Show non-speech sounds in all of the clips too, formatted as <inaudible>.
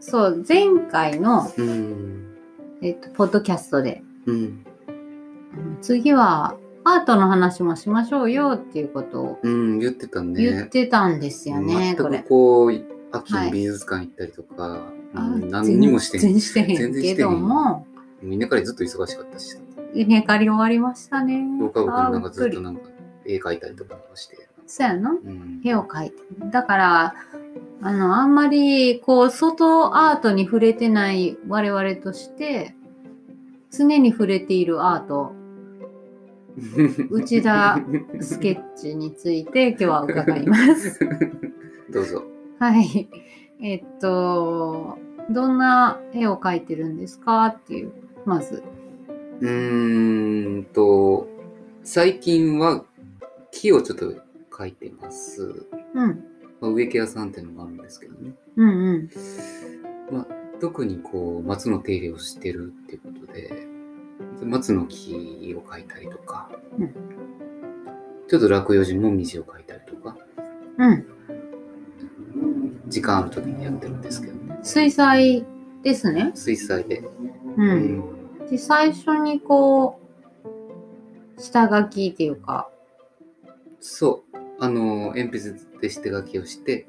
そう、前回の、うん。えっと、ポッドキャストで、うん。あの次はアートの話もしましょうよっていうことをうん。言ってたね。言ってたんですよね、全こくれ。こう、秋はいに美術館行ったりとか、あうん、何にもしてへん。全も然してへん全然けしてへどんも、う稲刈りずっと忙しかったし、稲刈り終わりましたね。放課後あなんーうかっずとっとり。なんか絵描いたりとかして。そうやのうん。絵を描いてだからあのあんまりこう外アートに触れてない我々として常に触れているアート内田スケッチについて今日は伺います <laughs> どうぞ。はい <laughs> えっとどんな絵を描いてるんですかっていうまずうーんと、最近は木をちょっと描いてます。うんまあ、植木屋さんっていうのがあるんですけどね。うんうんまあ、特にこう、松の手入れをしてるっていうことで、松の木を描いたりとか、うんちょっと落葉樹も虹を描いたりとか、うん時間ある時にやってるんですけどね。水彩ですね水彩で。ううんで最初にこう下書きっていうかそう。あの、鉛筆で下書きをして、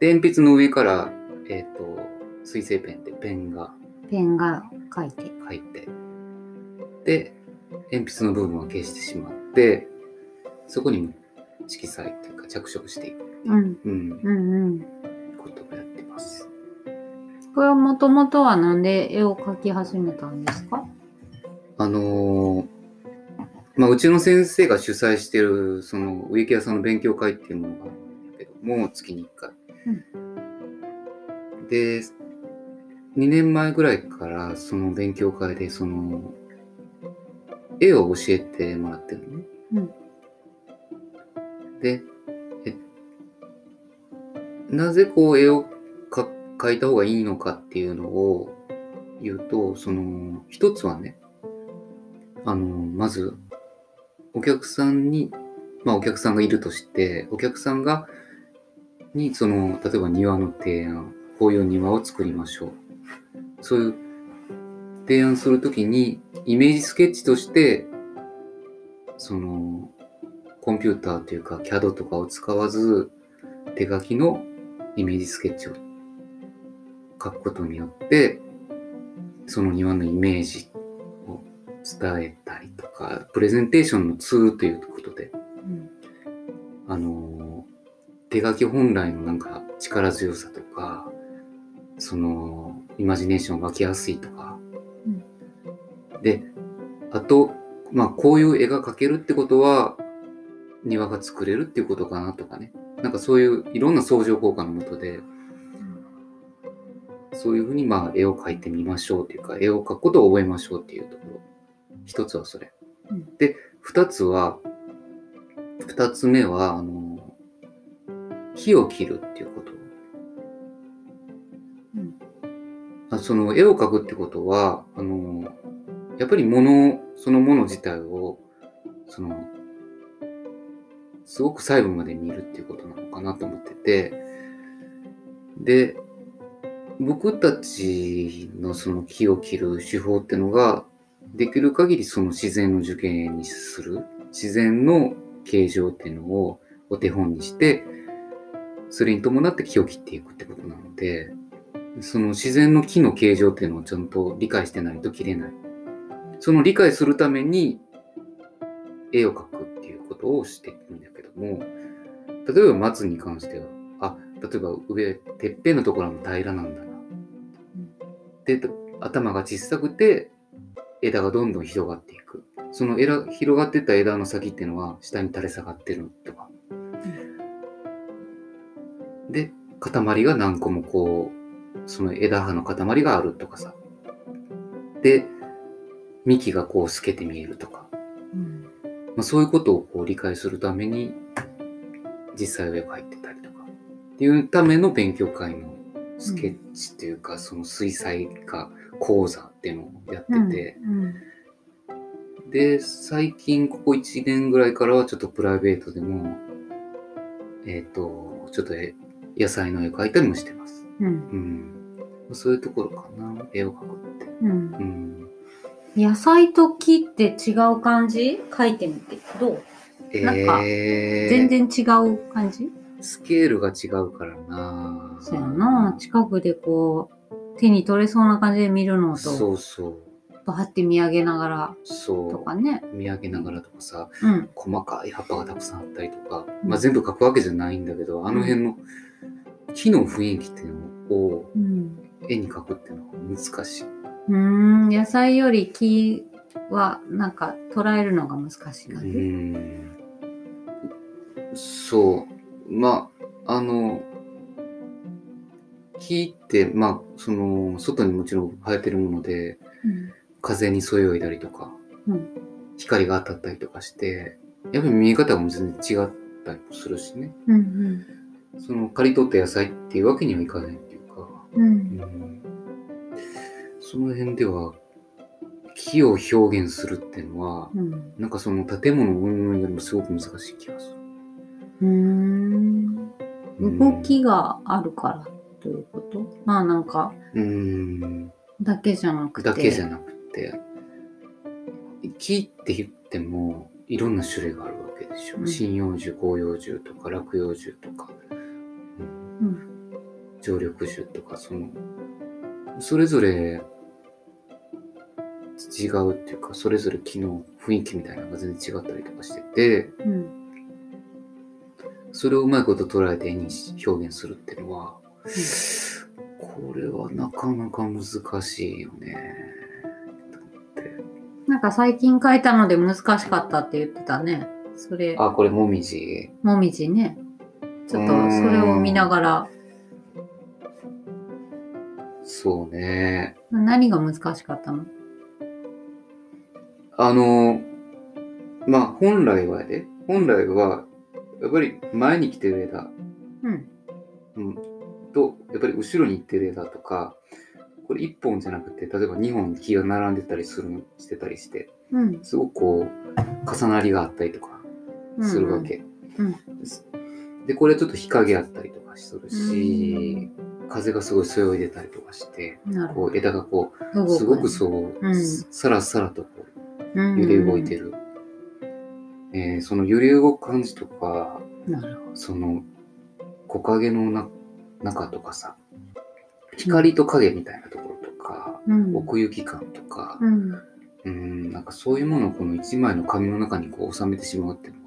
で、鉛筆の上から、えっ、と、水性ペンでペンがペンが描いて書いて、で、鉛筆の部分は消してしまって、そこにも色彩というか着色していく、うんうん、うんうん。ことをやってます。これはもともとはなんで絵を描き始めたんですかあのーまあ、うちの先生が主催してる、その植木屋さんの勉強会っていうものがあるんだけど、もう月に1回。で、2年前ぐらいからその勉強会で、その、絵を教えてもらってるのね。で、えなぜこう絵をか描いた方がいいのかっていうのを言うと、その、一つはね、あの、まず、お客さんに、まあお客さんがいるとして、お客さんが、に、その、例えば庭の提案、こういう庭を作りましょう。そういう提案するときに、イメージスケッチとして、その、コンピューターというか CAD とかを使わず、手書きのイメージスケッチを書くことによって、その庭のイメージを伝えたりとか、プレゼンテーションのツールということで、うん。あのー、手書き本来のなんか力強さとか、その、イマジネーション湧きやすいとか。で、あと、まあ、こういう絵が描けるってことは、庭が作れるっていうことかなとかね。なんかそういういろんな相乗効果のもとで、そういうふうにまあ絵を描いてみましょうっていうか、絵を描くことを覚えましょうっていうところ。一つはそれ。うんで、二つは、二つ目は、あの、木を切るっていうこと。うんあその絵を描くってことは、あの、やっぱり物そのもの自体を、その、すごく細部まで見るっていうことなのかなと思ってて、で、僕たちのその木を切る手法ってのが、できる限りその自然の樹形にする、自然の形状っていうのをお手本にして、それに伴って木を切っていくってことなので、その自然の木の形状っていうのをちゃんと理解してないと切れない。その理解するために絵を描くっていうことをしていくんだけども、例えば松に関しては、あ、例えば上、てっぺんのところも平らなんだな。で、頭が小さくて枝がどんどん広がっていく。その枝広がってった枝の先っていうのは下に垂れ下がってるとか。で、塊が何個もこう、その枝葉の塊があるとかさ。で、幹がこう透けて見えるとか。うん。まあ、そういうことをこう理解するために実際を描いてたりとかっていうための勉強会のスケッチっていうか、その水彩画講座っていうのをやってて、うんで最近ここ1年ぐらいからはちょっとプライベートでもえっ、と、ちょっとえ野菜の絵描いたりもしてます。うん。うん。そういうところかな、絵を描くって。うん。うん。野菜と木って違う感じ書いてみて。どう、なんかえー、全然違う感じスケールが違うからな。そうやな。近くでこう、手に取れそうな感じで見るのと、そうそう。バーって見上げながらとそかね。う。見上げながらとかさ、うん。細かい葉っぱがたくさんあったりとか、うんまあ、全部描くわけじゃないんだけど、あの辺の木の雰囲気っていうのをうん。絵に描くっていうのは難しい。うーん、野菜より木は、なんか捉えるのが難しいう感じ。ん。そう。まあ、あの、木って、まあ、その、外にもちろん生えてるもので、うん風にそよいだりとか、うん光が当たったりとかして、やっぱり見え方も全然違ったりもするしね。うんその刈り取った野菜っていうわけにはいかないっていうか、うん。うんうんその辺では木を表現するっていうのは、うんなんかその建物云々よりもすごく難しい気がすうーんる。動きがあるからということまあなんかうんうんだけじゃなくてだけじゃなくて木って言ってもいろんな種類があるわけでしょ。うん針葉樹広葉樹とか落葉樹とか、うんうん常緑樹とかそのそれぞれ違うっていうかそれぞれ木の雰囲気みたいなのが全然違ったりとかしててうんそれをうまいこと捉えて絵に表現するっていうのは、これはなかなか難しいよね。なんか最近書いたので難しかったって言ってたねそれあこれもみじもみじねちょっとそれを見ながらそうね何が難しかったのあのまあ本来はやで本来はやっぱり前に来てる枝うんうん、とやっぱり後ろに行ってる枝とかこれ1本じゃなくて例えば2本木が並んでたりするしてたりしてうんすごくこう重なりがあったりとかうんするわけ、うんですでこれはちょっと日陰あったりとかするし、風がすごいそよいでたりとかしてなるほこう枝がこどうすごくうそう、んさらさらとこう揺揺れ動いてるる、えーその揺れ動く感じとかなるほどその木陰のな中とかさ光と影みたいなところとか、うん奥行き感とか、うんうん、なんかそういうものをこの一枚の紙の中にこう収めてしまうっていうのは、う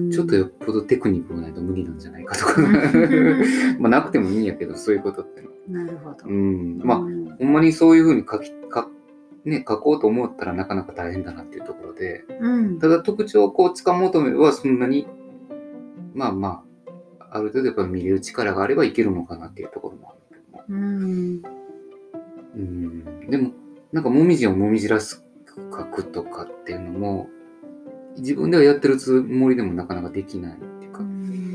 んちょっとよっぽどテクニックがないと無理なんじゃないかとか <laughs> まあなくてもいいんやけどそういうことってのはなるほど <laughs> うんまあ、うんほんまにそういうふうに書きかね、書こうと思ったらなかなか大変だなっていうところで、うんただ特徴をこう掴もうとめはそんなにまあまあある程度やっぱ見れる力があればいけるのかなっていうところもあるけどもうんうんでもなんかもみじをもみじらす描くとかっていうのも自分ではやってるつもりでもなかなかできないっていううか、ん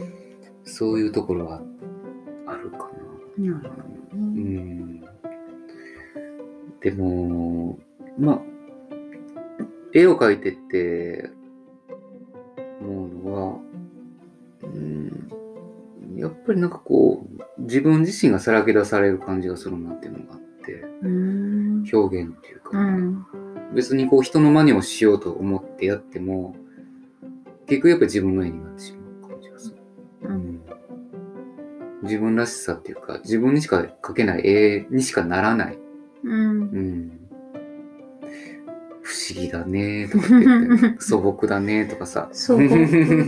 そういうところはあるかなるなほ。どうねんでもまあ絵を描いてって思うのはうんやっぱりなんかこう自分自身がさらけ出される感じがするなっていうのがあっうんて表現っていうかう、ん別にこう人の真似をしようと思ってやっても結局やっぱ自分の絵になってしまう感じがする。うん自分らしさっていうか自分にしか描けない絵にしかならない、うんうん、不思議だねとかって言 <laughs> って素朴だねとかさ素朴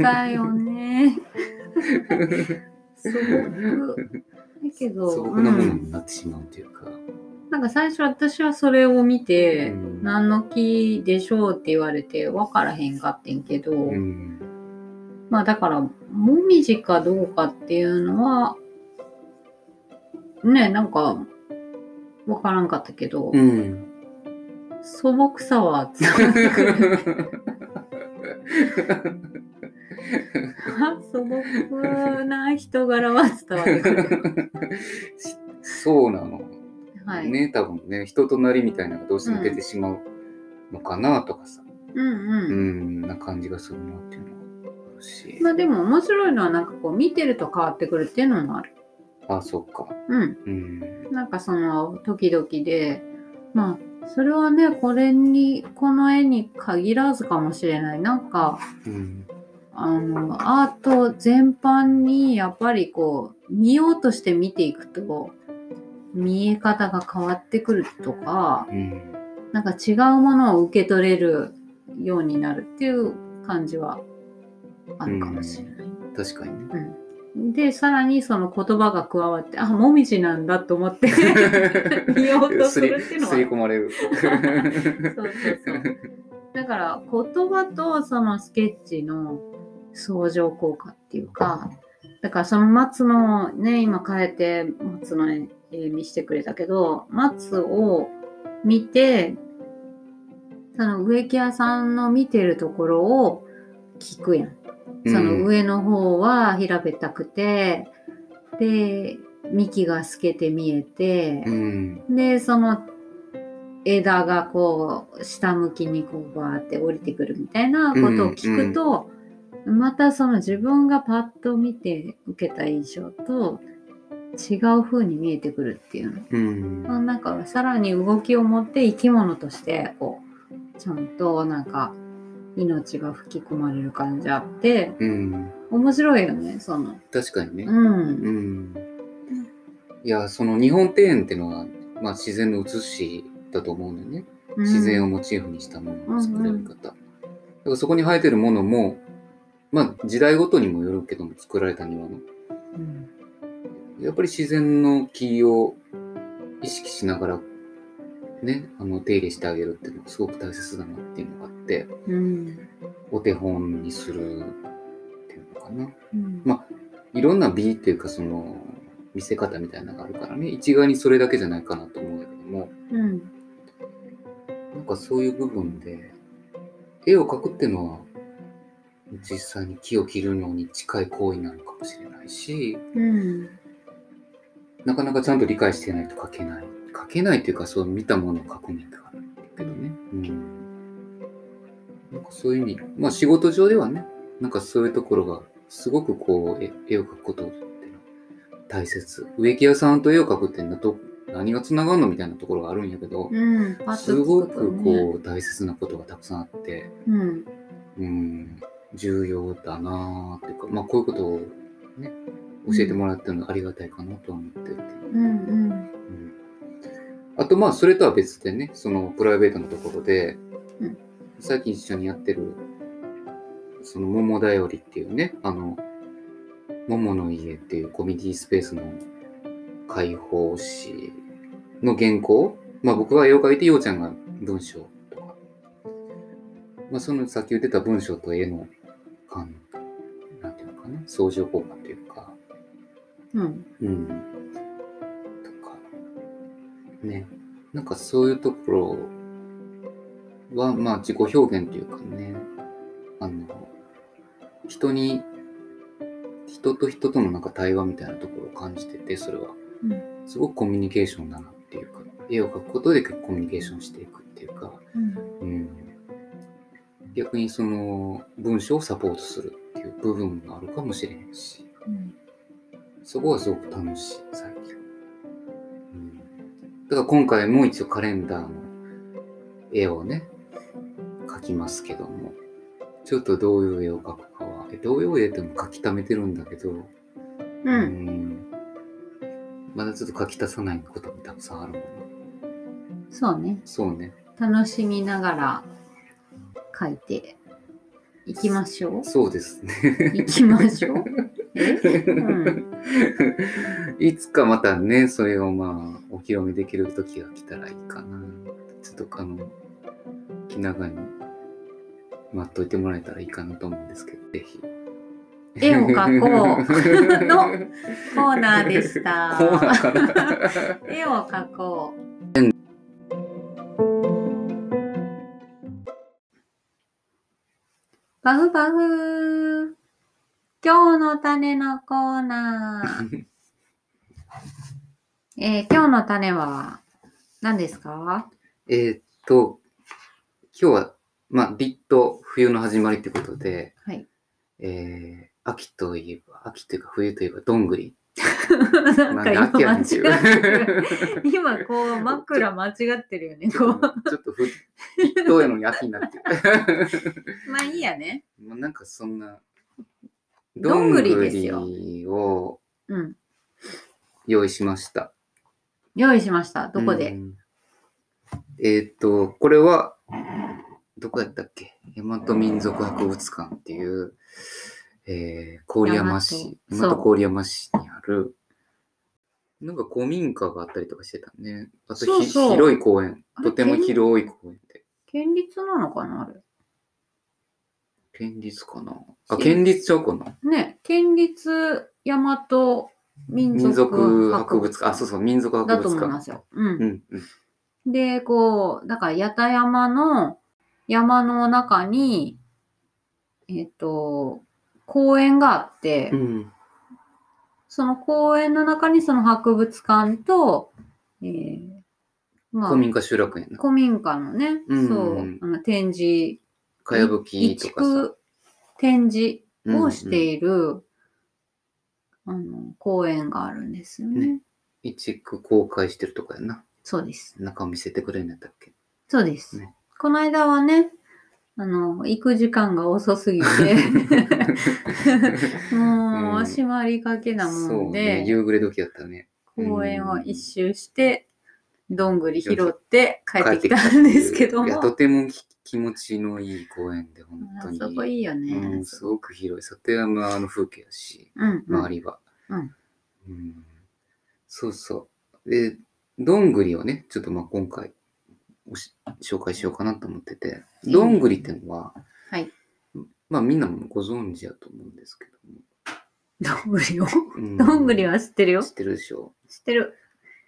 だよね。素朴。だけど、 <laughs> 素朴うなものん、になってしまうというか、なんか最初私はそれを見うて、ん何の木でしょうって言われて分からへんかってんけど、うんまあだからもみじかどうかっていうのはねなんか分からんかったけど、うん、素朴さは伝わってくる <laughs> 素朴な人柄は伝わってく <laughs> る。しそうなの、はい。ね多分ね人となりみたいなのがどうしても出てしまうのかなとかさ、うんううん。ん、な感じがするなっていうのがあるし。まあでも面白いのはなんかこう見てると変わってくるっていうのもある。あ、そっか。うん。うん。なんかその時々で、まあそれはね、これに、この絵に限らずかもしれない。なんか、うん。あの、アート全般にやっぱりこう、見ようとして見ていくと、見え方が変わってくるとか、うん。なんか違うものを受け取れるようになるっていう感じはあるかもしれない。確かにね。で、さらにその言葉が加わって、あ、もみじなんだと思って <laughs> 見ようとするっていうのはすり込まれ <laughs> る。そうそうそう。だから言葉とそのスケッチの相乗効果っていうか、だからその松のね、今変えて松の絵絵見してくれたけど、松を見て、その植木屋さんの見てるところを聞くやん。その上の方は平べったくて、で、幹が透けて見えてう、ん。でその枝がこう下向きにこうバーって降りてくるみたいなことを聞くと、またその自分がパッと見て受けた印象と違う風に見えてくるっていうのうん。まあなんかさらに動きを持って生き物としてこうちゃんとなんか命が吹き込まれる感じあってうん。面白いよねその確かにね。うんうん。いや、その日本庭園っていうのは、まあ自然の写しだと思うんだよね。自然をモチーフにしたものの作られ方。だからそこに生えてるものも、まあ時代ごとにもよるけども、作られた庭の。うんやっぱり自然の木を意識しながら、ね、あの、手入れしてあげるっていうのがすごく大切だなっていうのがあって、うんお手本にするっていうのかな。うんまいろんな美っていうかその見せ方みたいなのがあるからね一概にそれだけじゃないかなと思うんだけどもうんなんかそういう部分で絵を描くっていうのは実際に木を切るのに近い行為なのかもしれないしうんなかなかちゃんと理解してないと描けない描けないっていうかそう見たものを描くねんだからけどねうんなんかそういう意味まあ仕事上ではねなんかそういうところがすごくこう絵絵を描くことっていうのは大切植木屋さんと絵を描くってなと何がつながるのみたいなところがあるんやけど、うん、パッとす聞ごくとくねこう大切なことがたくさんあってうん、うん重要だなあっていうかまあこういうことをね教えてもらってるのはありがたいかなとは思ってるっていううんうんうんあとまあそれとは別でねそのプライベートのところで、うん最近一緒にやってるその「桃だより」っていうねあの「桃の家」っていうコミュニティスペースの開放誌の原稿まあ僕が絵を描いてようちゃんが文章とか、まあ、そのさっき言ってた文章と絵の感なんていうのかな相乗効果っていうかうんうん。とか、ね。なんかそういうところは、まあ自己表現というかね、あの、人に、人と人とのなんか対話みたいなところを感じてて、それは、うんすごくコミュニケーションだなっていうか、絵を描くことでコミュニケーションしていくっていうか、うんうん、逆にその文章をサポートするっていう部分もあるかもしれへんし、うんそこはすごく楽しい、最近。うん、だから今回もう一応カレンダーの絵をね、描きますけども、ちょっとどういう絵を描くかは、えどういう絵っても描き溜めてるんだけど、ううんんまだちょっと描き足さないこともたくさんあるもんね。そうねそうね。楽しみながら書いていきましょ <laughs> そうですね。ういきましょうえうんいつかまたね、それをまあ、お披露目できる時が来たらいいかな。ちょっとあの、気長に待っといてもらえたらいいかなと思うんですけど、ぜひ。絵を描こ <laughs> うのコーナーでしたコーナーかな。絵を描こうバフバフ今日の種のコーナ <laughs> ー、えー今日の種は何ですか <laughs> えーっと、今日は、まあ、立冬、冬の始まりってことで、はいえー、秋といえば、秋というか冬といえば、どんぐり。 <laughs> なんか秋や今間ねんってい違うってる。今こう枕間違ってるよね。 <laughs> ちょこっとちょっとふ、一等やのに秋になってる。 <laughs> う。まあいいやね。もうなんかそんな、どんぐりですよどんぐりをうん。用意しました。用意しました。どこで、うんえーっと、これは、どこやったっけ大和民族博物館っていう、えー、郡山市、大大和和郡山市にある、なんか古民家があったりとかしてたね。あとひそうそう広い公園あ。れとても広い公園で。県立なのかなあれ。県立かなあ、県立町かなね、県立大和民民族族博博物物館館。あ、そうそう、民族博物だ館。と思いますよ。うんう。ん、うん。で、こう、だから、八田山の山の中に、えっ、と、公園があって、うん。その公園の中にその博物館と、えーまあ古、民家集落園な。古民家のね、うんそう、あの展示、かやぶき移とかさ築展示うんうんをしている、あの公園があるんですよね。ね一区公開してるとかやな。そうです。中を見せてくれるんやったっけそうです。ねこの間はね、あの、行く時間が遅すぎて、 <laughs> もう、 <laughs> うん閉まりかけなもんそうで、ね、夕暮れ時やったね。公園を一緒周して、どんぐり拾って帰ってきたんですけどいや、も、とてもき気持ちのいい公園で、本当あに。そこいいよね。うん、すごく広い。里山の風景やし、うん、うん周りは。うんうんそうそう。で、どんぐりをね、ちょっとまあ今回おし紹介しようかなと思ってて、いいねどんぐりってのは、はい。まあみんなもご存知やと思うんですけども。どんぐりを。うどんぐりは知ってるよ。知ってるでしょ知ってる。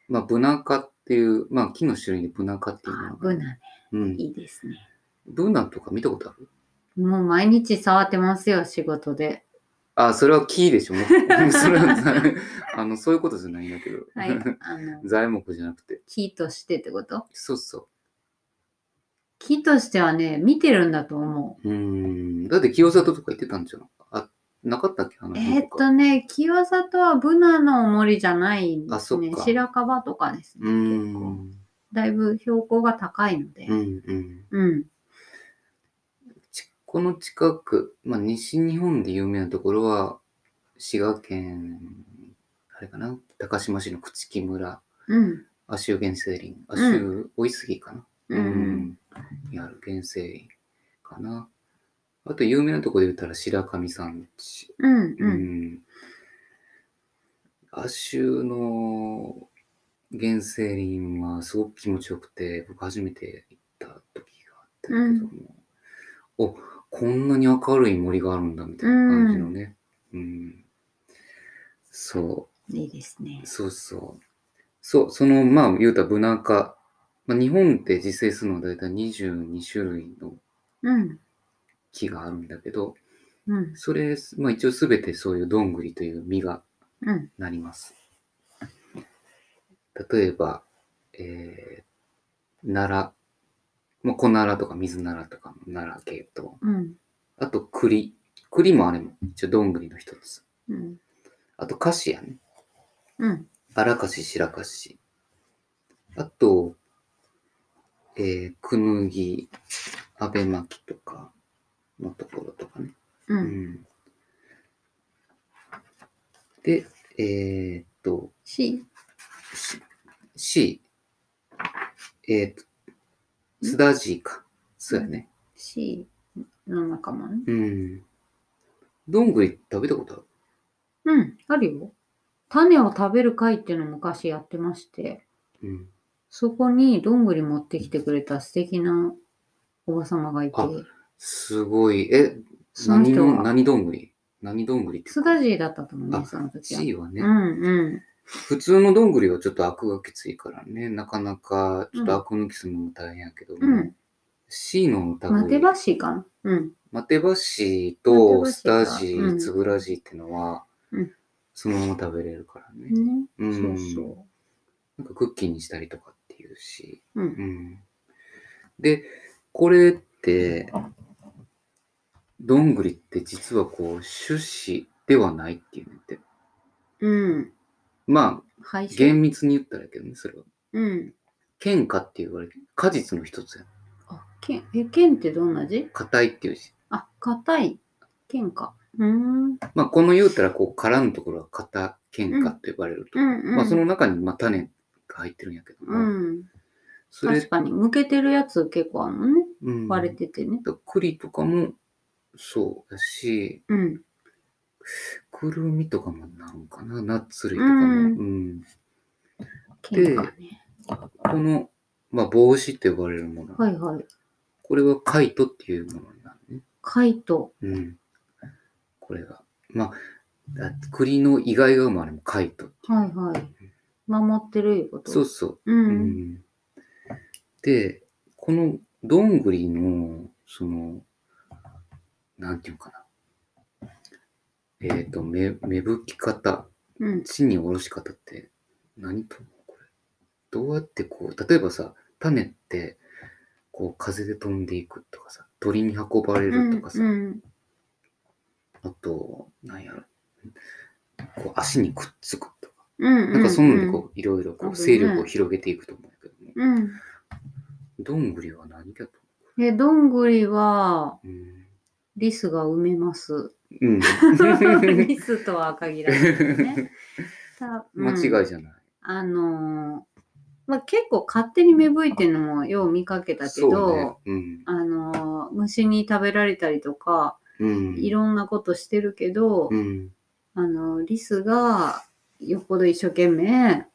まあ、ブナ科っていう、まあ、木の種類でブナ科っていうのあが、ブナね。うん。いいですね。ブナとか見たことあるもう毎日触ってますよ、仕事で。あ、それは木でしょ。もうそれは、 <laughs> あの、そういうことじゃないんだけど。はい。 <laughs> あの、 <laughs> 材木じゃなくて。木としてってことそうそ木としてはね、見てるんだと思う。うーん。だって清里とか言ってたんじゃん。あ、なかったっけあのう。辺えーとっか。とね、清里はブナの森じゃないんであすそねっ。か白樺とかですうね。ー結構ん。だいぶ標高が高いのでう。んうん。うん。ちこの近く、まあ、西日本で有名なところは、滋賀県、あれかな高島市の朽木村。うん。足湯原生林、足湯追いすぎかな、うん。うんにある原生林かな。あと有名なとこで言ったら白神山地。うん。うん。ん足湯の原生林はすごく気持ちよくて、僕初めて行った時があったけども、おこんなに明るい森があるんだみたいな感じのね。うん、そう。いいですね。そうそう。そう、その、まあ、言うたらブナ科。まあ、日本って自生するのは大体22種類のうん。木があるんだけど、うん。それ、まあ一応すべてそういうどんぐりという実がうん。なります。例えば、えー、奈良。まあ、小奈良とか水奈良とかの奈良系と、うん。あと栗。栗もあれも一応どんぐりの一つ。うん。あとカシやね。うん。荒かし、白かし。あと、えー、くぬぎ、あべまきとかのところとかね。う。うんん。で、えー、っと、し、 C。えー、っと、すだじか。そうやね。しの仲間ね。うん。どんぐり食べたことあるうん。あるよ。種を食べる会っていうのを昔やってまして。うん。そこにどんぐり持ってきてくれた素敵なおばさまがいて、あすごい。え、その何人の、は、何どんぐり何どんぐりって。スダジーだったと思うね、あその時は。 C はね。うんうん。普通のどんぐりはちょっとアクがきついからね、なかなかちょっとアク抜きするのも大変やけども、うん。 C の多マ分、テバシーかなうん。マテバシマテとバシスかタジうー、んつぶらじーってのは、うんそのまま食べれるからね。ね。う。そうんそなんかクッキーにしたりとかっていうし、う。うんう。ん。で、これって、どんぐりって実はこう、種子ではないっていうねって。うん。まあ、配信。厳密に言ったらやけどね、それは。うん。剣花って言われて、果実の一つや。あ、けん、え、剣ってどんな字硬いっていう字。あ、硬い。剣か。うーん。まあ、この言うたら、こう、殻のところは硬剣花と呼ばれると。うん、うん。まあ、その中に、まあ、種が入ってるんやけども、うん。それ確、かに、向けてるやつ結構あるのね。うん、割れててね。だから栗とかもそうだし、うん。くるみとかもなんかな、ナッツ類とかも。うんうん剣かね。この、まあ、帽子って呼ばれるもの。はいはい。これはカイトっていうものなんね。カイト。うん。これが。まあ、だ栗の意外がもあれもカイト。はいはい。守ってるいうこと。そうそう。う。うんん。で、このどんぐりの、その、なんていうかな。えっ、と、芽芽吹き方、うん。地におろし方って何と思うこれ。どうやってこう、例えばさ、種って、こう、風で飛んでいくとかさ、鳥に運ばれるとかさ、うん。あと、なんやろ、こう、足にくっつくとか、うん。なんかそんなのでうこう、いろいろこあう、るね勢力を広げていくと思うんだけども、うん。どんぐりは何だとえ、どんぐりは、思うリスが埋めます。 <laughs> <laughs> うん。リスとは限らないですね。たうん <laughs> 間違いじゃない。あのーまあ、結構勝手に芽吹いてるのもよう見かけたけそうど、ね。うん。あのー虫に食べられたりとかうん。いろんなことしてるけど、うん。あのーリスがよっぽど一生懸命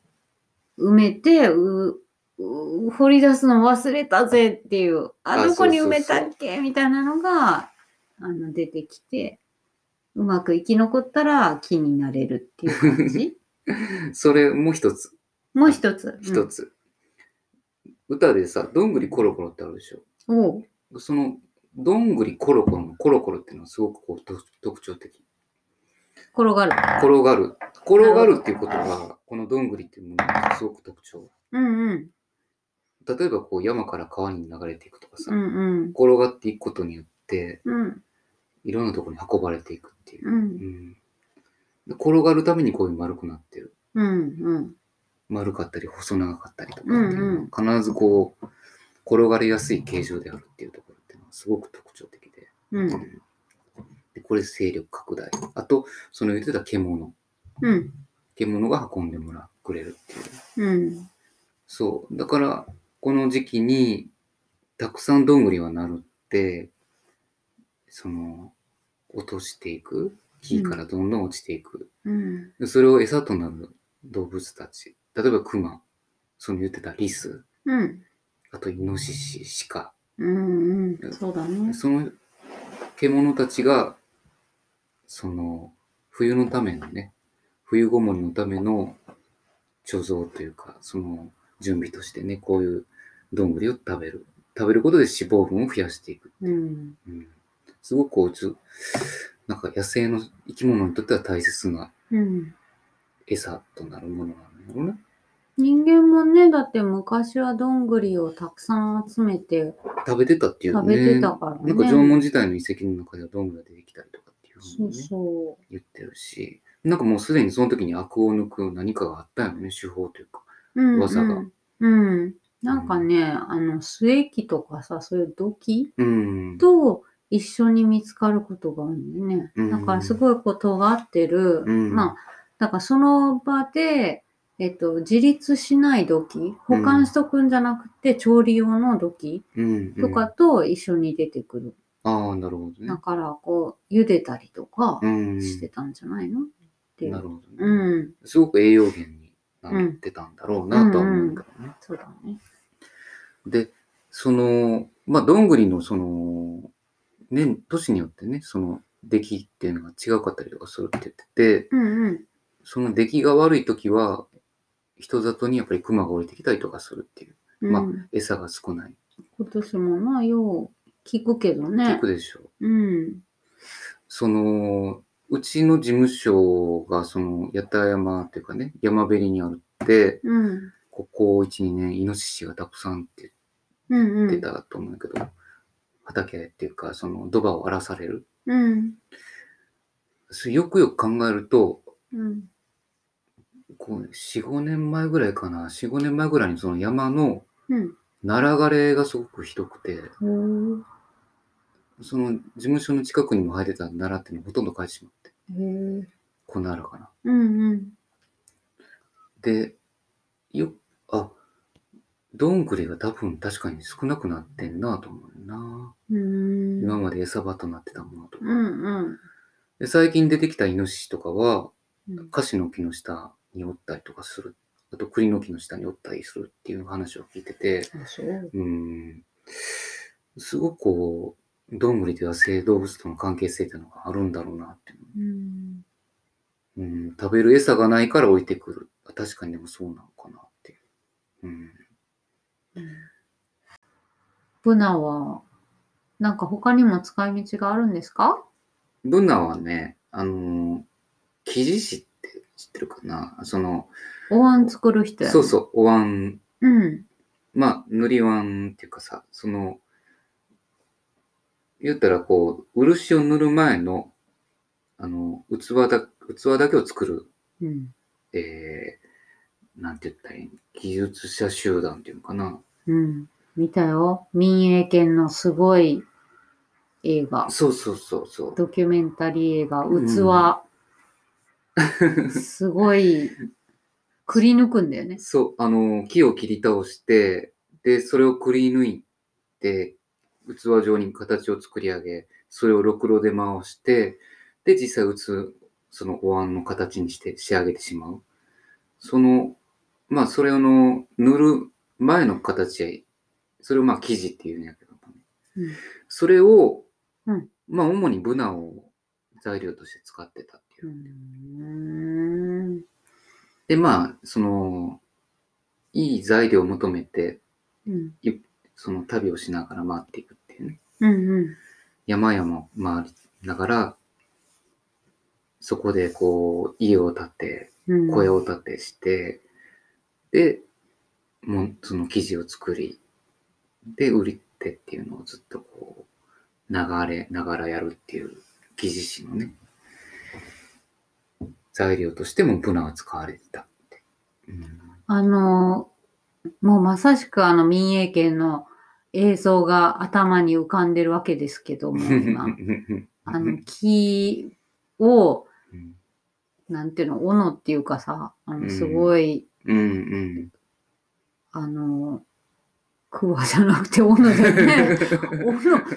埋めてうう掘り出すの忘れたぜっていうああどこにそ埋うそうめそうたっけみたいなのがあの出てきてうまく生き残ったら木になれるっていう感じそれもう一つ、もう一つ。一つ。歌でさ、どんぐりコロコロってあるでしょ。うん、おうその、どんぐりコロコロのコロコロっていうのはすごくこう特特徴的。転がる。転がる。転がるっていうことが、このどんぐりっていうもののすごく特徴。うんうん。例えばこう山から川に流れていくとかさ、うんうん。転がっていくことによって、うんいろんなところに運ばれていくっていう。うんうんで転がるためにこういう丸くなってる。うんうん丸かったり細長かったりとかってうんうんいうのは必ずこう、転がりやすい形状であるっていうところっていうのはすごく特徴的で。うんでこれ勢力拡大。あと、その言ってた獣。うん獣が運んでもらうくれるっていう。うんそう。だから、この時期に、たくさんどんぐりはなるって、その、落としていく。木からどんどん落ちていく。うんでそれを餌となる動物たち。例えばクマ。その言ってたリス。うんあとイノシシ、鹿。うんうんそうだね。その獣たちが、その、冬のためのね、冬ごもりのための貯蔵というか、その準備としてね、こういうどんぐりを食べる。食べることで脂肪分を増やしていく。うんうん、すごくこう、ちょなんか野生の生き物にとっては大切なうん餌となるものなんだろうね。人間もね、だって昔はどんぐりをたくさん集めて食べてたっていうね。食べてたからなね。んか縄文時代の遺跡の中ではどんぐりが出てきたりとかっていうふうそにうね、そ言ってるし、なんかもうすでにその時に悪を抜く何かがあったよね、手法というか。う。うん技がうんうん。なんかね、あの、末期とかさ、そういう土器うん。と一緒に見つかることがあるんだようんね。だからすごいこう尖ってる、うんまあ、だからその場で、えっと、自立しない土器、保管しとくんじゃなくて、調理用の土器うん、とかと一緒に出てくる。うん。ああ、なるほどねだ。から、こう、茹でたりとかうん。してたんじゃないの、っていなるう。ほどうね。ん、すごく栄養源になってたんだろうなとは思うけどね。そうだね。で、その、まあ、どんぐりのその、ね、年によってね、その、出来っていうのが違うかったりとかするって言ってて、うんうん。その出来が悪い時は、人里にやっぱり熊が降りてきたりとかするっていう。うんまあ餌が少ない。今年もな、よう聞くけど聞ねく。でしょう。うん。その、うちの事務所が、その、八田山っていうかね、山べりにあるって、うん。ここ1、2年、イノシシがたくさんってうんう言ってん。たと思うんだけど、畑っていうか、その、ドバを荒らされる。ううん。そうよくよく考えると、うん。こう4、5年前ぐらいかな、4、5年前ぐらいにその山のうん。ナラ枯れがすごくひどくて、ほう。その事務所の近くにも生えてた奈良っていうのほとんど返してしまって、へえ。この奈良かな。うんうん。で、よ、あ、どんぐりが多分確かに少なくなってんなと思うな。うーん。今まで餌場となってたものとか。うんうん。で最近出てきたイノシシとかは、うんカシの木の下におったりとかする。あと栗の木の下におったりするっていう話を聞いてて、あ、そう。うん。すごくこう、どんぐりと野生動物との関係性っていうのがあるんだろうなっていううのん。うん、食べる餌がないから置いてくる。あ確かにでもそうなのかなっていう。うん。ブナは、なんか他にも使い道があるんですかブナはね、あのー、生地師って知ってるかなその、お椀作る人や、ね。そうそう、お椀、う。うん。まあ、塗り椀っていうかさ、その、言ったらこう、漆を塗る前の、あの、器だ、器だけを作る、うん。えー、なんて言ったらいい技術者集団っていうのかな。うん。見たよ。民営犬のすごい映画。そうそうそうそう。ドキュメンタリー映画、うん器。すごい、くり抜くんだよね。そう、あの、木を切り倒して、で、それをくり抜いて、器状に形を作り上げ、それをろくろで回して、で、実際打つ、そのお椀の形にして仕上げてしまう。その、まあ、それの塗る前の形へ、それをまあ、生地っていうんやけどもね、うんそれを、うんまあ、主にブナを材料として使ってたっていう。ーうん。で、まあ、その、いい材料を求めて、うん。その旅をしながら回っていくっていうね。うんうん。山々を回りながら、そこでこう、家を建て、うん、小屋を建てして、で、もうその生地を作り、で、売り手っていうのをずっとこう、流れながらやるっていう生地師のね、材料としてもブナが使われてたって。うんあのー、もうまさしくあの民営権の映像が頭に浮かんでるわけですけども、 <laughs> 今あの木を、うんなんていうの、斧っていうかさ、あうんのすごい、うんうん。あのー、クワじゃなくて斧だよ <laughs> ね。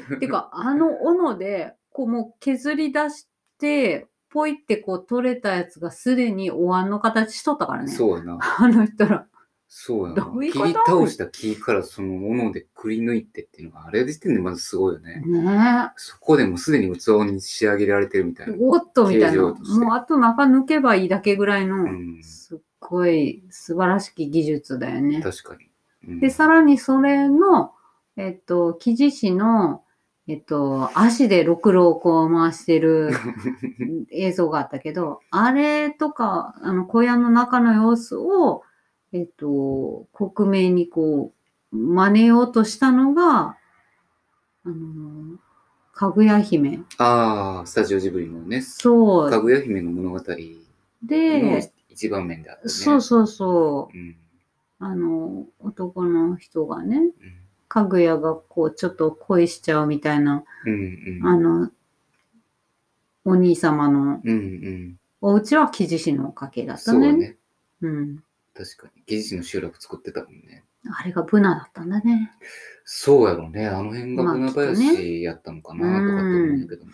斧、てか、あの斧で、こうもう削り出して、ポイってこう取れたやつがすでにお椀の形しとったからね。そうやな。あの人ら。そうやな。どういうこ切とり倒した木からその斧でくり抜いてっていうのが、あれ時点でまずすごいよね。ねえ。そこでもうすでに器に仕上げられてるみたいな。おっとみたい形な。状もとしてうあと中抜けばいいだけぐらいの、んすっごい素晴らしき技術だよね。確かに。うんで、さらにそれの、えっと、生地師の、えっと、足でろくろをこう回して <laughs> る映像があったけど、あれとか、あの、小屋の中の様子を、えっと、克明にこう、真似ようとしたのが、あの、かぐや姫。ああ、スタジオジブリのね、そう。かぐや姫の物語ので、一番面であったね。そうそうそうん。う、あの、男の人がね、うん。かぐやがこう、ちょっと恋しちゃうみたいな、うんうん。あの、お兄様の、うんうん。お家は生地師のおかげだったそうね。だうね。ん。確かに。技師の集落作ってたもんね。あれがブナだったんだね。そうやろね。あの辺がまあ船きっと林やったのかなとかって思うんだけども。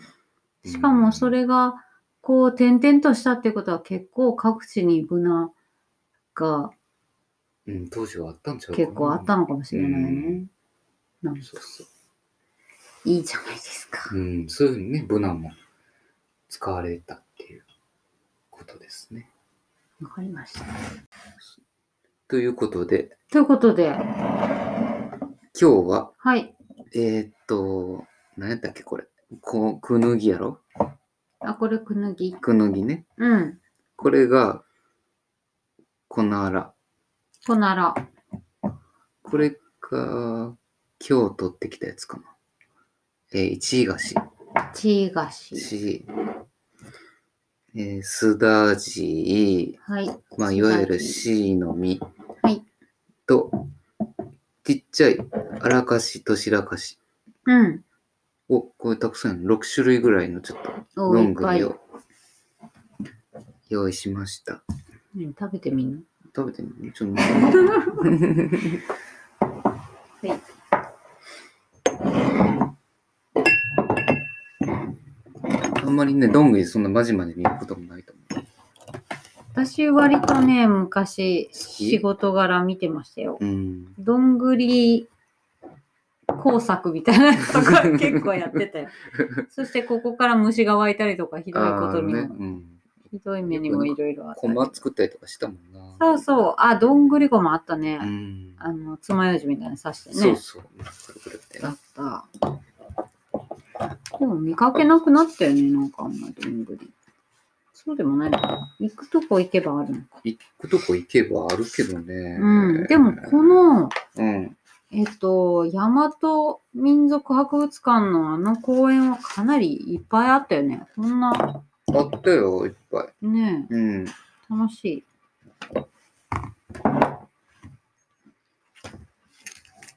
しかもそれれが、こう、転々としたってことは結構各地にブナがうん、当時はあったんちゃうかな結構あったのかもしれないうね。なんかそうそいいじゃないですかう。。うん、そういうふうにね、ブナも使われたっていうことですね。わかりました。ということで、ということで、今日は、はい。えーっと、何やったっけこれ。こう、くぬぎやろあ、これ、くぬぎ。くぬぎね。うん。これが、こなら。こなら。これが、今日取ってきたやつかな。えー、一位菓子。ち菓子。し、えー、すだじ、はい。まあ、いわゆる C の実はいと、ちっちゃい荒かしと白かしうん。を、これたくさん6種類ぐらいのちょっとおどいんっぐぱい。りうを用意しました。ん食べてみん食べてみるちょっと待ってな。はい。あんまりね、どんぐりそんなまじまじ見ることもないと思私割とね、昔き仕事柄見てましたよ。う。うん。どんぐり工作みたいなやつとか結構やってたよ。 <laughs> そしてここから虫が湧いたりとかひどいことにね、も、うん。ひどい目にもいろいろあったコり。マ作ったりとかしたもんな。そうそう。あ、どんぐりごまあったね。うん。あの、爪楊枝みたいに刺してね。そうそう。くるくるってだっ。なた。でも見かけなくなったよね、なんかあんまりどんぐり。そうでもないのかな。行くとこ行けばあるのか。行くとこ行けばあるけどね。うん。でも、この、うん。えっと、大和民族博物館のあの公園はかなりいっぱいあったよね。こんな、あったよ、いっぱい。ねえうん。楽しい。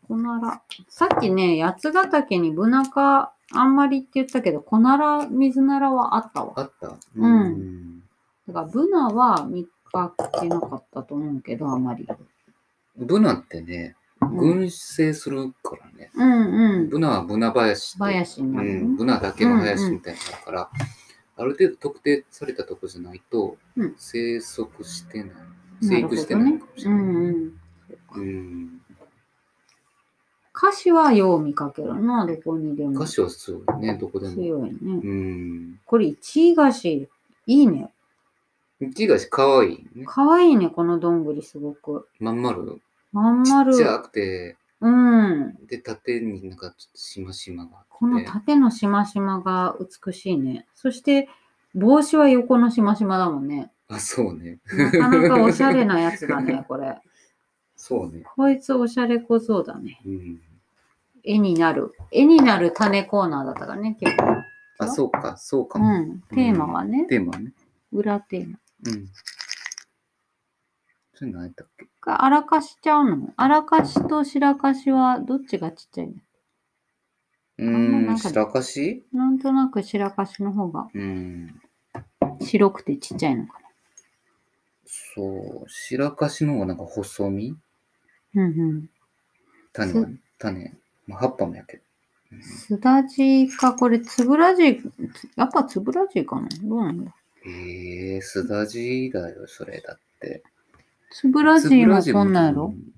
こなら。さっきね、八ヶ岳にブナカあんまりって言ったけど、こなら、水ならはあったわ。あった。うんん。だから、ブナは見かけなかったと思うけど、あまり。ブナってね、うん群生するからね。うんうん。ブナはブナ林って。林にうなるん、ブナだけの林みたいになるから、ある程度特定されたとこじゃないとうん、生息してない。な生るほ育してどないねかも。しうれない。んうん。うん。歌詞はよう見かけるな、どこにでも。歌詞はそうよね、どこでも。強いね。うん。これ、一位菓子、いいね。木がし、かわいいね。かわいいね、このどんぐり、すごく。まん丸。まんち丸っ。ちゃくて、うん。で、縦になんかちょっとしましまがあって。この縦のしましまが美しいね。そして、帽子は横のしましまだもんね。あ、そうね。なかなかおしゃれなやつだ <laughs> ね、これ。そうね。こいつおしゃれ小僧だね。うん。絵になる。絵になる種コーナーだったからね、結構。あ、そうか、そうかうも。ん。テーマはね、テーマはね。裏テーマ。うん。それ何やったっけが荒かしちゃうの荒かしと白かしはどっちがちっちゃいのうあんまなんーかん、白かしなんとなく白かしの方がうん。白くてちっちゃいのかそう、白かしの方がなんか細身な。うん種はね、種。まあ、葉っぱもやけど。うん。すだちか、これつぶらじ、やっぱつぶらじかなどうなんだええー、すだじだよ、それだって。つぶらじもこんなんやろうん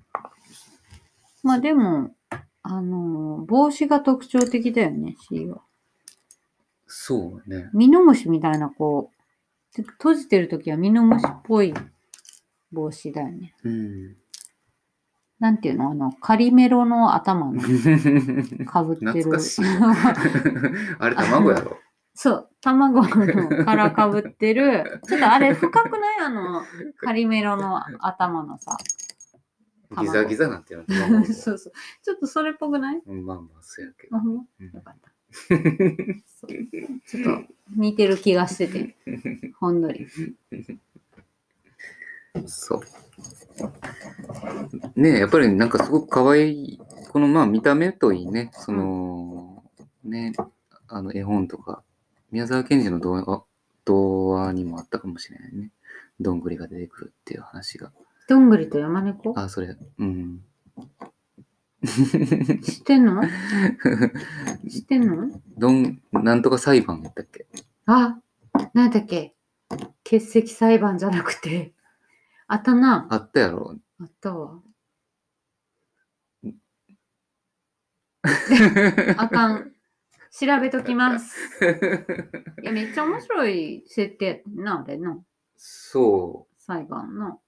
まあでも、あのー帽子が特徴的だよね、C は。そうね。ミノムシみたいな、こう、て閉じてるときはミノムシっぽい帽子だよね。うん。なんていうのあの、カリメロの頭のかぶってる。懐かしいよ。 <laughs> あれ、卵やろ。そう、卵の殻かぶって <laughs> る。ちょっとあれ深くないあの、カリメロの頭のさ。卵ギザギザなってるの。。そううそう。ちょっとそれっぽくないん、まあまあ、そうやけど。あ、ほんまうんよかった。そうちょっと似てる気がしてて、ほんのり。そう。ねえ、やっぱりなんかすごく可愛い、このまあ見た目といいね、その、ね、あの絵本とか、宮沢賢治の童話童話にもあったかもしれないね。どんぐりが出てくるっていう話が。どんぐりと山猫あ、それ、うん。 <laughs> 知ってんの知ってんのどん、なんとか裁判やったっけあ、なんだっけ欠席裁判じゃなくて、あったな。あったやろ。 <laughs> あったわ。あかん。調べときます。いや、めっちゃ面白い設定やな、あれな。そ裁判の。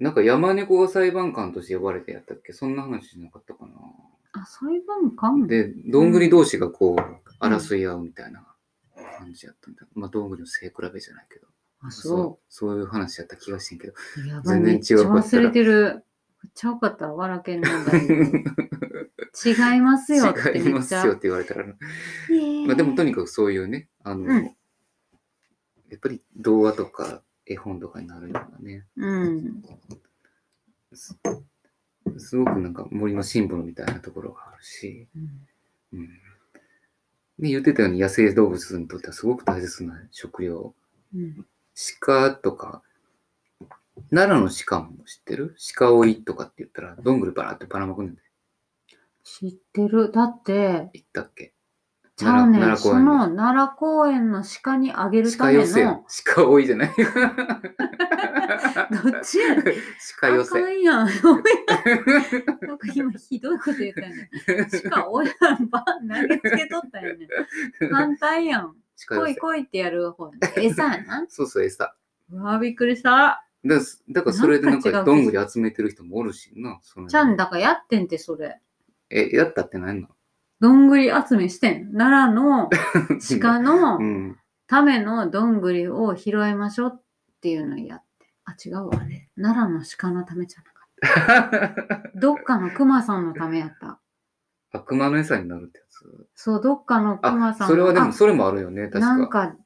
う。なんか山猫が裁判官として呼ばれてやったっけそんな話じゃなかったかな。あ、裁判官で、どんぐり同士がこう、争い合うみたいな感じやったんだ。まあ、どんぐりの背比べじゃないけど。。あ、そうそういう話やった気がしてんけど。う。やばい、全然めっちゃ違うかった忘れてる。めっちゃよかったわ、わらけんなんだけど。違います <laughs> よって違い言まっすちゃよっう。て言われたら、ねえまあ、でもとにかくそういうね、あの、うんやっぱり童話とか絵本とかになるようなね、うん。すすごくなんか森のシンボルみたいなところがあるし、うん。ね、言ってたように野生動物にとってはすごく大切な食料。うん。鹿とか、奈良の鹿も知ってる鹿追いとかって言ったら、どんぐりばらってばらまくんで知ってる。だって、行ったっけちゃうねん奈良そ奈良の公園奈良公園の鹿にあげるた鹿めの、寄せやん <laughs> ど。鹿追いじゃない。っちやねん鹿寄あかせ。んやん。なんか今ひどいこと言ったよね。鹿親ば投げつけとったよね。 <laughs> 反対やん。鹿来い寄せ。来いってやる方ね。餌やな。そうそう、餌。うわびっくりした。だすだからそれでなんなかんかど違うんぐり集めてる人もおるしな。そのちゃんだからやってんて、それ。え、やったってないのどんぐり集めしてん。奈良 <laughs> の鹿の <laughs> うん。ためのどんぐりを拾いましょうっていうのをやって。あ、違うわ、あれ。奈良の鹿のためじゃなかっあ、た。どっかの熊さんのためやった。熊の餌になるってやつ。そう、どっかの熊あさ、んのそれはでも、あそれもあるよね、確か。なんか、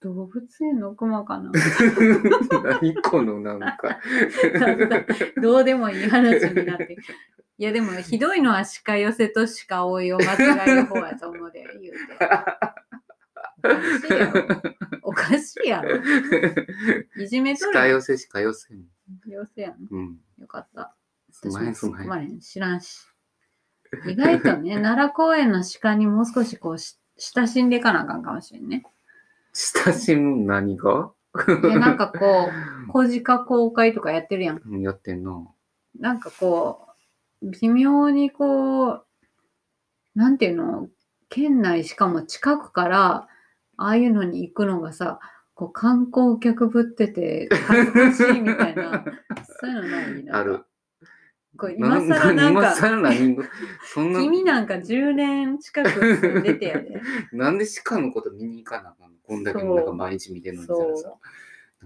動物園の熊かな <laughs> 何このなんか。どうでもいい話になって。いや、でも、ひどいのは鹿寄せと鹿追いを間違える方やと思うで、言うて。おかしいやろ。おかしいやろ。いじめ <laughs> とるや鹿ん。寄せ、鹿寄せ。寄せやん。うん。よかった。すんまへん、す私んもま突へっ込。まれんん。知らんし。意外とね、奈良公園の鹿にもう少しこうし、親しんでいかなあかんかもしれんね。親しむ何がいやなんかこう、小鹿公開とかやってるやん。うんやってんな。なんかこう、微妙にこう、なんていうの、県内しかも近くから、ああいうのに行くのがさ、こう観光客ぶってて恥ずかしいみたい <laughs> な、そういうのないなあんかる。これ今更なん <laughs> 今か、更何そんな、君なんか10年近く住んでてやで。なんで鹿のこと見に行かなあかんのこんだけそうなんか毎日見てるのにさそ。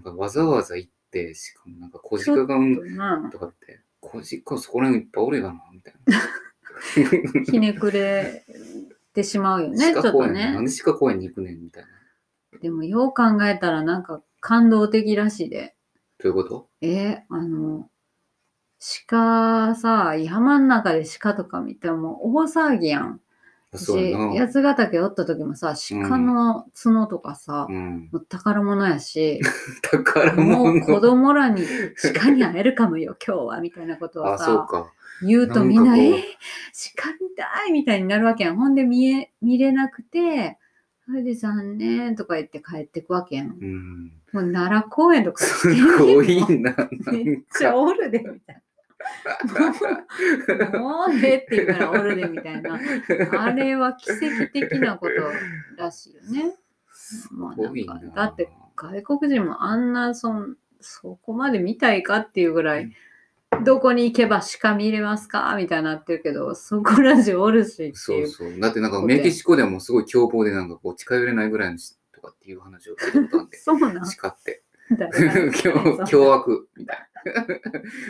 なんかわざわざ行って、しかもなんか小ちょ鹿っが <laughs> うんう。なとかって、小鹿そこら辺いっぱいおるやな、みたいひねくれてしまうよ <laughs> な。ね、ちょっ鹿公と園、なんね。で鹿公園に行くねん、みたいな。でもよう考えたらなんか感動的らしいで。どういうことえあの、鹿さ、山の中で鹿とか見ても大騒ぎやん。そう私、やな。八ヶ岳おった時もさ、鹿の角とかさ、うん。もう宝物やし、宝もう物。子供らに鹿に会えるかもよ、今日は、みたいなことをあ、そうさ、か。言うとみんな、なんかこうえー鹿見たいみたいになるわけやん。ほんで見え、見れなくて、それで残念とか言って帰ってくわけやん。もうん。う奈良公園とかすごいな。なんめっちかゃおるで、みたいな。もうええって言う <laughs> からおるで、みたいな。あれは奇跡的なことらしいよね。まあ多いななんか、だって外国人もあんな、そんそこまで見たいかっていうぐらい、どこに行けば鹿見れますかみたいになってるけど、そこらじゅうおるしってそいうう。そう。だってなんかメキシコでもすごい凶暴でなんかこう近寄れないぐらいのしとかっていう話を聞いたことあ <laughs> って。そうなん鹿って。だよね。凶凶悪みたいな。 <laughs>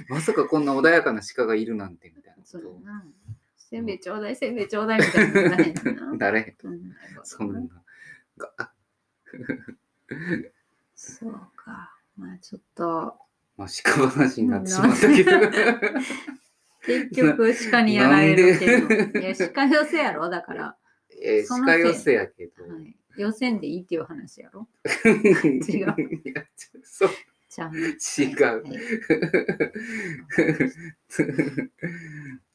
まさかこんな穏やかな鹿がいるなんてみたいなそうこだとをなせんべいちょうだい、せんべいちょうだいみたいにならへんし <laughs> な。なれへん。うんそんな。があそうか。まあちょっと、まあ鹿話になってしまったけど。結局鹿にやられるなけんど。でいや、鹿寄せやろ、だから。は <laughs> えそー、の鹿せい寄せやけど。い。寄せんでいいっていう話やろ。違違う。いや、ちょそう。ちゃん。違う <laughs> はい。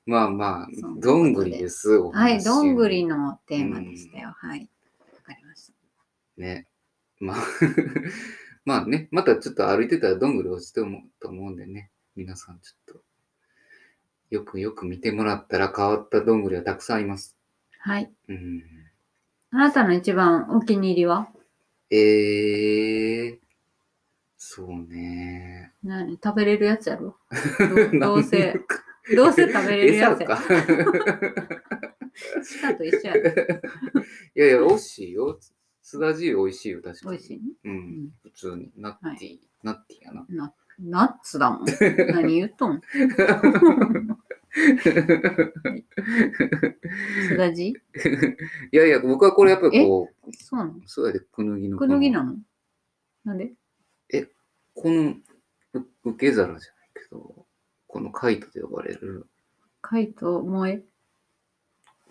まあまあそ、うどんぐりです。おは話い、どんぐり。のテーマでしたよ。はい。わかりました。ね。まあ、 <laughs> まあね、またちょっと歩いてたらどんぐり落ちてると思うんでね。皆さんちょっと、よくよく見てもらったら変わったどんぐりはたくさんあります。はい。うん。あなたの一番お気に入りはえー、そうね。何食べれるやつや <laughs> ろどどなんう <laughs> でせ、どうせ食べれるや餌つやか。。鹿と一緒やろ。いやいや、美味しいよ。すだじ美味しいよ、確か美に。味しいね。う。うんん普通に。ナッティ、ナッティやな。 <laughs> ナッツだもん。何言っとんすだじいやいや、僕はこれやっぱりこう、そうなのそうやで、くぬぎの。くぬぎなのなんでこのう受け皿じゃないけど、このカイトと呼ばれる、カイト萌え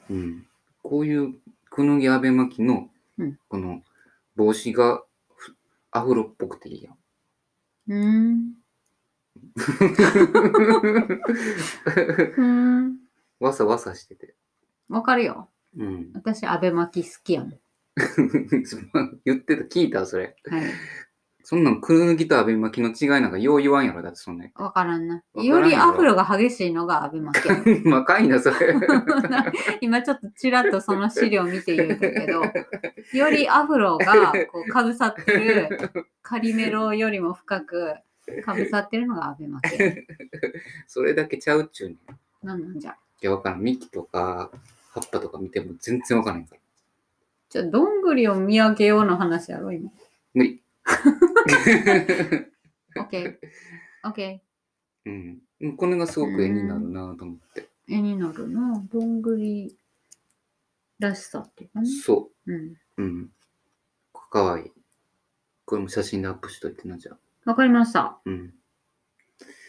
うん、こういうくぬぎあべ巻きのうん、この帽子がふアフロっぽくてい <laughs> いやん。うーん。うーん。わさわさしてて。わかるよ。うん。 <laughs> 私、安倍巻き好きやもん。は言ってた、聞いた、そい。れ。そんなん、くぬぎとあべ巻きの違いなんかよう言わんやろ、だってそんな。わからんな。わからんよよりアフロが激しいのが安倍巻きやも <laughs> ん。 <laughs> まかいな、それ。今ちょっとちらっとその資料見て言うたけど、よりアフロがこうかぶさってる、カリメロよりも深くかぶさってるのが安倍巻きやもん。それだけちゃうっちゅうねん。いなんなんじゃ。や、わからん。幹とか、葉っぱとか見ても全然わからんから。じゃあ、どんぐりを見上げようの話やろ、今。無理。 <laughs> オッケー。オッケうん。でもこれがすごく絵になるなと思って。ー。絵になるな。どんぐりらしさっていうかね。そうん。う。うん。かわいい。これも写真でアップしといてな、じゃあ。わかりました。うん。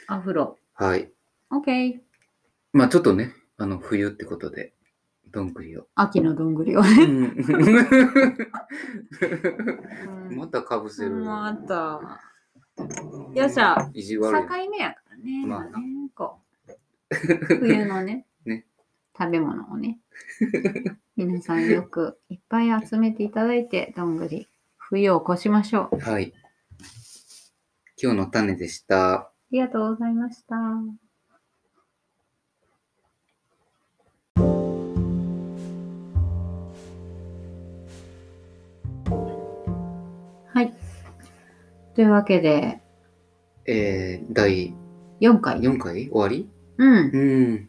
アフロ。はい。オッケー。まあちょっとね、あの、冬ってことで、どんぐりを。秋のどんぐりを。うん <laughs> またかぶせる。また。よっしゃ。意地境悪い。目やからね。まあまあね、こ <laughs> う。冬のねね食べ物をね。皆さんよくいっぱい集めていただいて、どんぐり。冬を越しましょう。あはい。今日の種でした。りがとうございました。はい。というわけで、えー、第4回。 4回終わりうん。うん。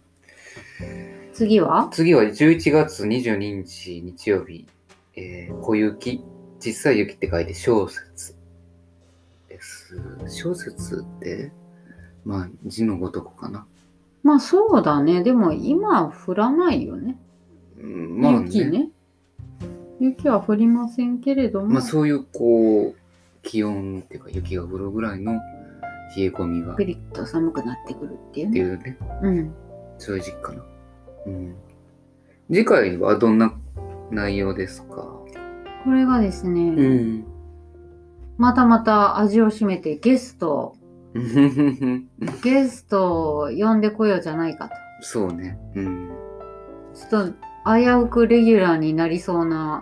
次は次は11月22日日曜日、えー、小雪、実際雪って書いて小説です。小説って、まあ字のごとくかな。まあそうだね。でも今は降らないよね。うんまあ、雪。ね。雪は降りませんけれども。まあそういうこう、気温っていうか雪が降るぐらいの冷え込みがっピリッと寒くなってくるっていうてね。いうね、うん。そういう時期かな。うん。次回はどんな内容ですかこれがですね、ん。またまた味を占めてゲスト、ゲストを呼んでこようじゃないかと。 <laughs> そうね。うん。ちょっと危うくレギュラーになりそうな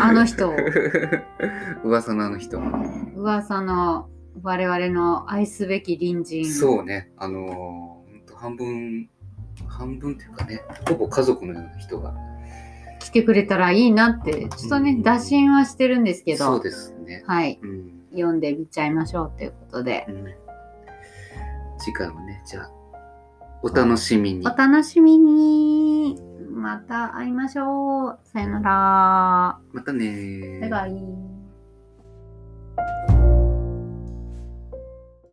あの人を、 <laughs> 噂のあの人噂の我々の愛すべき隣人。そうねあのーほんと半分半分っていうかねほぼ家族のような人が来てくれたらいいなって、ちょっとね、うん打診はしてるんですけそうど、ですねはい、うん、読んでみちゃいましょうということで、うん、次回もねじゃあお楽しみにお楽しみにまた会いましょうさよならまたねーバイバイ